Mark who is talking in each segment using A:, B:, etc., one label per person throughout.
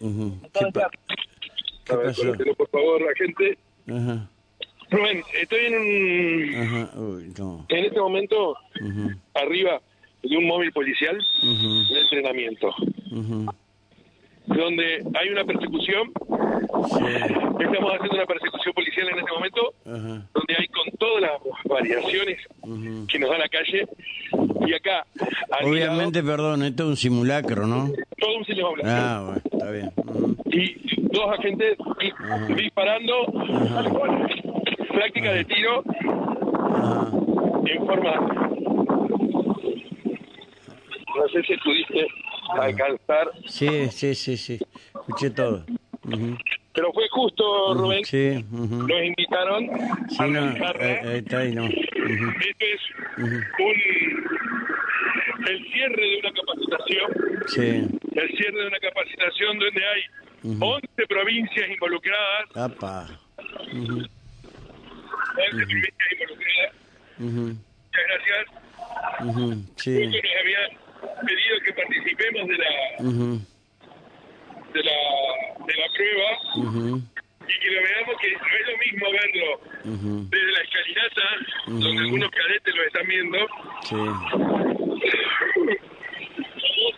A: Ujú. ¿Qué,
B: Entonces,
A: pa- qué
C: A ver,
A: pasó?
C: conéctelo, por favor, la gente.
A: Ajá,
C: Rubén, estoy en un-
A: ajá, uy, no.
C: en este momento
A: Ujú,
C: arriba de un móvil policial
A: ujú,
C: de entrenamiento,
A: ujú.
C: donde hay una persecución.
A: Sí,
C: Estamos haciendo una persecución policial en este momento,
A: ajá,
C: donde hay con todas las variaciones
A: ujú.
C: que nos da la calle. Y acá, al
A: Obviamente, perdón, esto es un simulacro, ¿no?
C: lado, todo un simulacro.
A: Ah, bueno, está bien. ujú.
C: Y dos agentes di- disparando práctica de tiro
A: Ajá.
C: en forma. No sé si pudiste
A: Ah.
C: alcanzar,
A: Sí, sí, sí, sí. Escuché todo. Ujú.
C: pero fue justo, Rubén.
A: Sí, ujú.
C: Nos invitaron
A: Sí,
C: a
A: no, eh,
C: realizar-
A: ahí- ahí está ahí, no. Ujú.
C: Esto es un, el cierre de una capacitación,
A: Sí,
C: el cierre de una capacitación donde hay
A: Ujú.
C: 11 provincias involucradas,
A: apa.
C: 11 provincias involucradas.
A: Ujú,
C: Muchas gracias.
A: ujú,
C: Creo
A: Sí,
C: que nos habían pedido que participemos de la,
A: ujú,
C: de la, de la prueba
A: ujú,
C: y que lo veamos que no es lo mismo verlo
A: ujú,
C: desde la escalinata,
A: Mm.
C: donde algunos cadetes lo están viendo.
A: sí.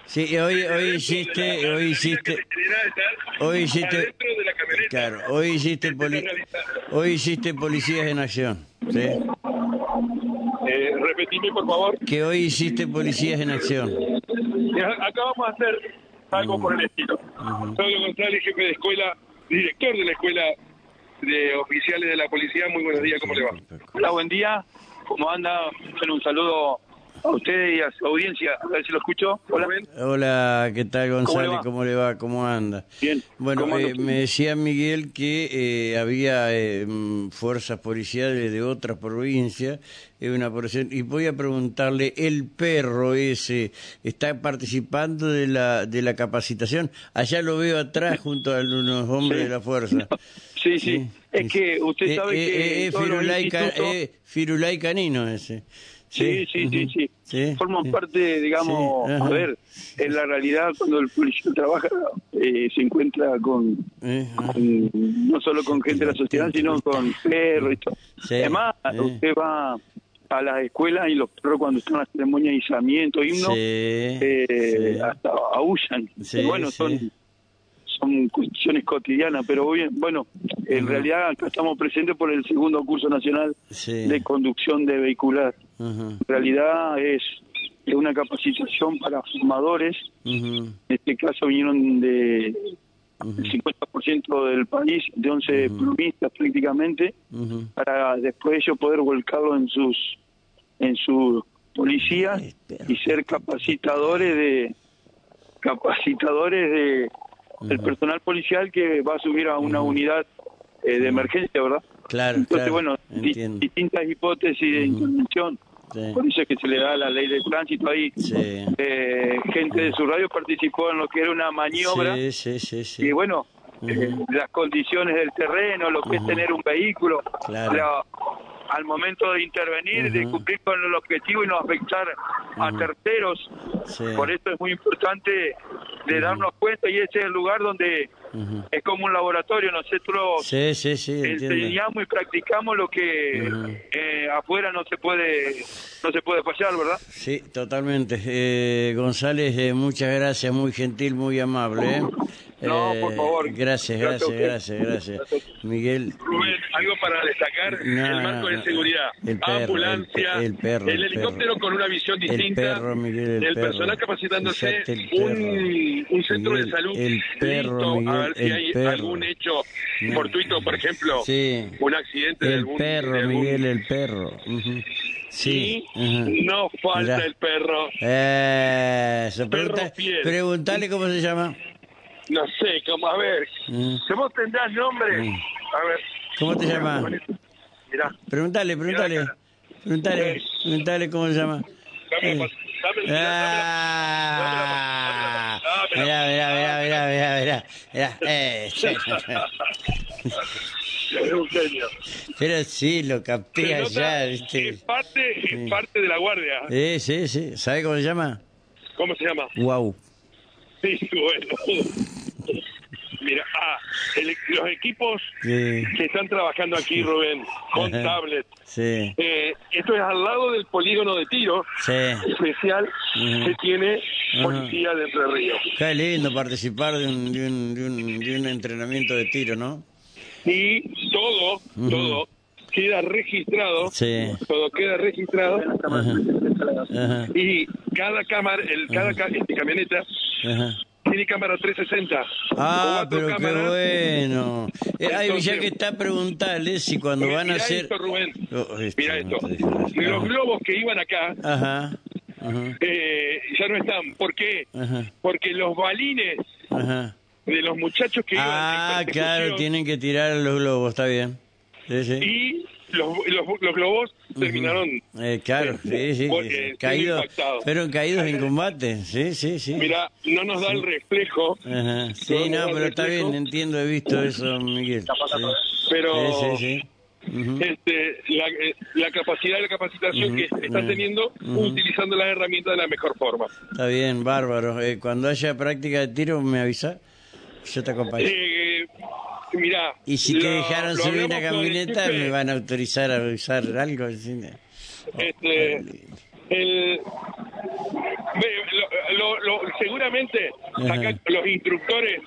A: Sí, hoy, hoy hiciste, hoy hiciste, hoy hiciste-
C: Dentro de la camioneta.
A: claro, hoy hiciste, poli- hoy hiciste policías en acción, ¿sí?
C: Eh, repetime, por favor.
A: Que hoy hiciste policías en acción.
C: Ya, Acá vamos a hacer algo por
A: Mm.
C: el estilo. Pablo González, jefe de escuela, director de la escuela de oficiales de la policía. Muy buenos días, ¿cómo le va?
D: Hola, buen día. ¿Cómo anda? Bueno, un saludo a ustedes y a su audiencia. A ver si lo escucho. Hola.
A: Hola, ¿qué tal González?
D: va?
A: ¿Cómo le va? ¿Cómo anda?
D: Bien.
A: Bueno,
D: ¿Cómo
A: eh,
D: anda?
A: me decía Miguel que eh, había eh, mm, fuerzas policiales de otras provincias, eh, una operación- y voy a preguntarle, ¿el perro ese está participando de la, de la capacitación? Allá lo veo atrás junto a unos hombres
D: Sí.
A: de la fuerza.
D: Sí, sí. Es que usted
A: Eh,
D: sabe
A: eh,
D: que
A: eh,
D: todos los
A: Firulai Ca-
D: institutos-
A: eh, Firulai Canino ese.
D: Sí, sí, sí,
A: ujú,
D: sí. Forman
A: sí.
D: parte, digamos,
A: Sí,
D: a
A: ajá.
D: ver, en la realidad cuando el policía trabaja eh, se encuentra con,
A: Eh, ah.
D: con- no solo con gente de la sociedad, sino con perros y todo.
A: Sí,
D: Además,
A: sí.
D: usted va a las escuelas y los perros cuando están en la ceremonia de izamiento, himno,
A: Sí,
D: eh,
A: sí.
D: hasta aullan.
A: Sí,
D: Y bueno,
A: sí.
D: son son cuestiones cotidianas, pero bien, bueno, en realidad acá estamos presentes por el segundo curso nacional
A: Sí.
D: de conducción de vehicular.
A: Ajá,
D: En realidad es es una capacitación para formadores,
A: ujú,
D: en este caso vinieron de
A: ujú,
D: el 50% del país, de 11 provincias prácticamente,
A: ujú.
D: para después ellos poder volcarlo en sus en sus policías
A: Ay, perro.
D: y ser capacitadores de capacitadores de el personal policial que va a subir a una unidad eh, de emergencia, ¿verdad?
A: Claro,
D: Entonces,
A: claro,
D: bueno, di-
A: entiendo.
D: distintas hipótesis de intervención.
A: Sí.
D: Por eso es que se le da la ley de tránsito ahí.
A: Sí.
D: Eh, gente de su radio participó en lo que era una maniobra.
A: Sí, sí, sí, sí.
D: Y bueno, eh, las condiciones del terreno, lo que es tener un vehículo,
A: Claro.
D: la- al momento de intervenir, de
A: Ujú.
D: cumplir con el objetivo y no afectar a terceros.
A: Sí.
D: Por eso es muy importante de darnos cuenta y ese es el lugar donde
A: Ujú.
D: es como un laboratorio, nosotros eh,
A: Sí, sí, sí, entiendo.
D: enseñamos y practicamos lo que
A: Ujú.
D: eh, afuera no se puede no se puede fallar, ¿verdad?
A: Sí, totalmente. Eh, González, eh, muchas gracias, muy gentil, muy amable. ¿eh?
D: No, por
A: Eh,
D: favor.
A: Gracias,
D: Gracias a
A: gracias,
D: usted.
A: gracias, gracias. Miguel,
C: Rubén, algo para destacar,
A: No,
C: el marco
A: no,
C: de
A: no.
C: seguridad,
A: El perro,
C: ambulancia,
A: el- el perro, el
C: helicóptero
A: perro.
C: con una visión
A: El
C: distinta,
A: perro, Miguel, el perro.
C: personal capacitándose,
A: Fíjate, el
C: un,
A: perro.
C: un centro
A: Miguel,
C: de salud
A: el perro,
C: listo a
A: Miguel,
C: ver si
A: el
C: hay
A: perro.
C: algún hecho
A: No.
C: fortuito, por ejemplo,
A: Sí.
C: un accidente de
A: el
C: algún... de
A: perro,
C: algún-
A: Miguel, el perro. Ujú. Sí.
C: Y
A: ajá.
C: no falta
A: Mirá.
C: el perro,
A: Eso,
C: Perro
A: pregunta-
C: fiel.
A: preguntale cómo se llama.
C: no sé, como a ver,
A: Mm.
C: ¿se vos tendrás nombre? A ver,
A: ¿Cómo te llama?
C: mirá,
A: Preguntale, preguntale. Preguntale, preguntale cómo se llama.
C: dame, la-
A: Eh.
C: dame, dame la-
A: Ah,
C: dámela,
A: mirá, mirá, mirá, mirá, mirá, mirá, mirá, eh, sí.
C: es un genio.
A: Pero sí, lo capté
C: Se nota
A: allá,
C: que
A: ¿viste?
C: Es parte, es parte de la guardia.
A: Sí, sí, sí. ¿Sabe cómo se llama?
C: ¿Cómo se llama?
A: Guau.
C: Sí, bueno. ah, el- los equipos
A: Sí.
C: que están trabajando aquí, Rubén, con
A: Ajá.
C: tablets.
A: Sí,
C: Eh, esto es al lado del polígono de tiro
A: sí.
C: especial
A: Ujú.
C: que tiene
A: Ajá.
C: Policía de Entre Ríos.
A: Qué lindo participar de un, de un, de un, de un entrenamiento de tiro, ¿no?
C: Y todo,
A: Ujú.
C: todo queda registrado.
A: Sí.
C: Todo queda registrado.
A: Ajá. Ajá.
C: Y cada cámara, el, cada ca- este, camioneta
A: Ajá.
C: tiene cámara 360.
A: Ah,
C: Cuatro
A: pero qué
C: cámaras.
A: bueno. Eh, ay,
C: Entonces-
A: ya que está, preguntale si cuando
C: Porque
A: van a
C: mirá
A: hacer...
C: esto, Rubén.
A: Oh, esto
C: Mira
A: no
C: esto.
A: te dije nada.
C: De los globos que iban acá,
A: Ajá. Ajá.
C: eh, ya no están. ¿Por qué?
A: Ajá.
C: Porque los balines
A: Ajá.
C: de los muchachos que iban
A: Ah,
C: en persecución
A: claro, tienen que tirar los globos, está bien. Sí, sí.
C: y los, los, los globos terminaron.
A: Eh, claro, sí, sí.
C: Porque estoy
A: Caídos,
C: impactado.
A: fueron caídos en combate. Sí, sí, sí.
C: Mira, no nos da el reflejo,
A: Ajá. Sí, no, pero está bien, entiendo, he visto eso, Miguel. Sí,
C: pero
A: sí, sí. sí. Ujú.
C: este, la, eh, la capacidad y la capacitación que están
A: ujú,
C: teniendo utilizando las herramientas de la mejor forma.
A: Está bien, bárbaro. Eh, cuando haya práctica de tiro, me avisa. Yo te acompaño.
C: Eh, mira,
A: Y si te dejaron subir una camioneta, me
C: va
A: van a autorizar a usar algo. ¿sí? Oh, eh,
C: Este, el, ve, lo- lo- lo- seguramente
A: Ajá.
C: acá los instructores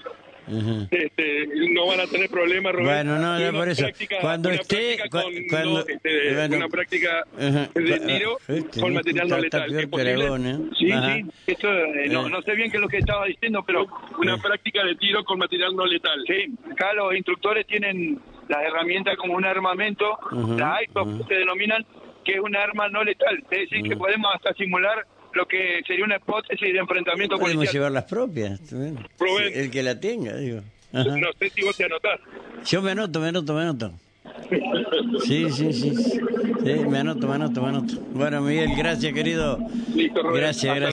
A: Ujú.
C: este, no van a tener problemas, Rubén.
A: Bueno, no, ya
C: Una
A: por eso.
C: práctica-
A: Cuando
C: una
A: esté-
C: práctica
A: cua-
C: con no,
A: cuando-
C: este,
A: bueno.
C: una práctica
A: Ajá.
C: de tiro
A: Este,
C: con material no
A: está- está
C: letal. ¿Es
A: peor que
C: posible?
A: Aragón, ¿eh?
D: Sí,
A: Ajá.
D: sí, esto, eh, no,
A: Eh.
D: no sé bien qué es lo que estaba diciendo, pero
C: Una práctica de tiro con material no letal.
D: sí, acá los instructores tienen las herramientas como un armamento,
A: Ujú,
D: la ISO
A: ujú.
D: se denominan, que es un arma no letal, es decir, que podemos hasta simular lo que sería una hipótesis de enfrentamiento
A: Podemos
D: policial.
A: llevar las propias. está bien.
C: Rubén.
A: El que la tenga, digo. Ajá.
C: No sé si vos te anotás.
A: Yo me anoto, me anoto, me anoto. Sí, sí, sí. Sí, me anoto, me anoto, me anoto. Bueno, Miguel, gracias, querido.
C: Listo, Rubén.
A: Gracias,
C: Hasta
A: gracias.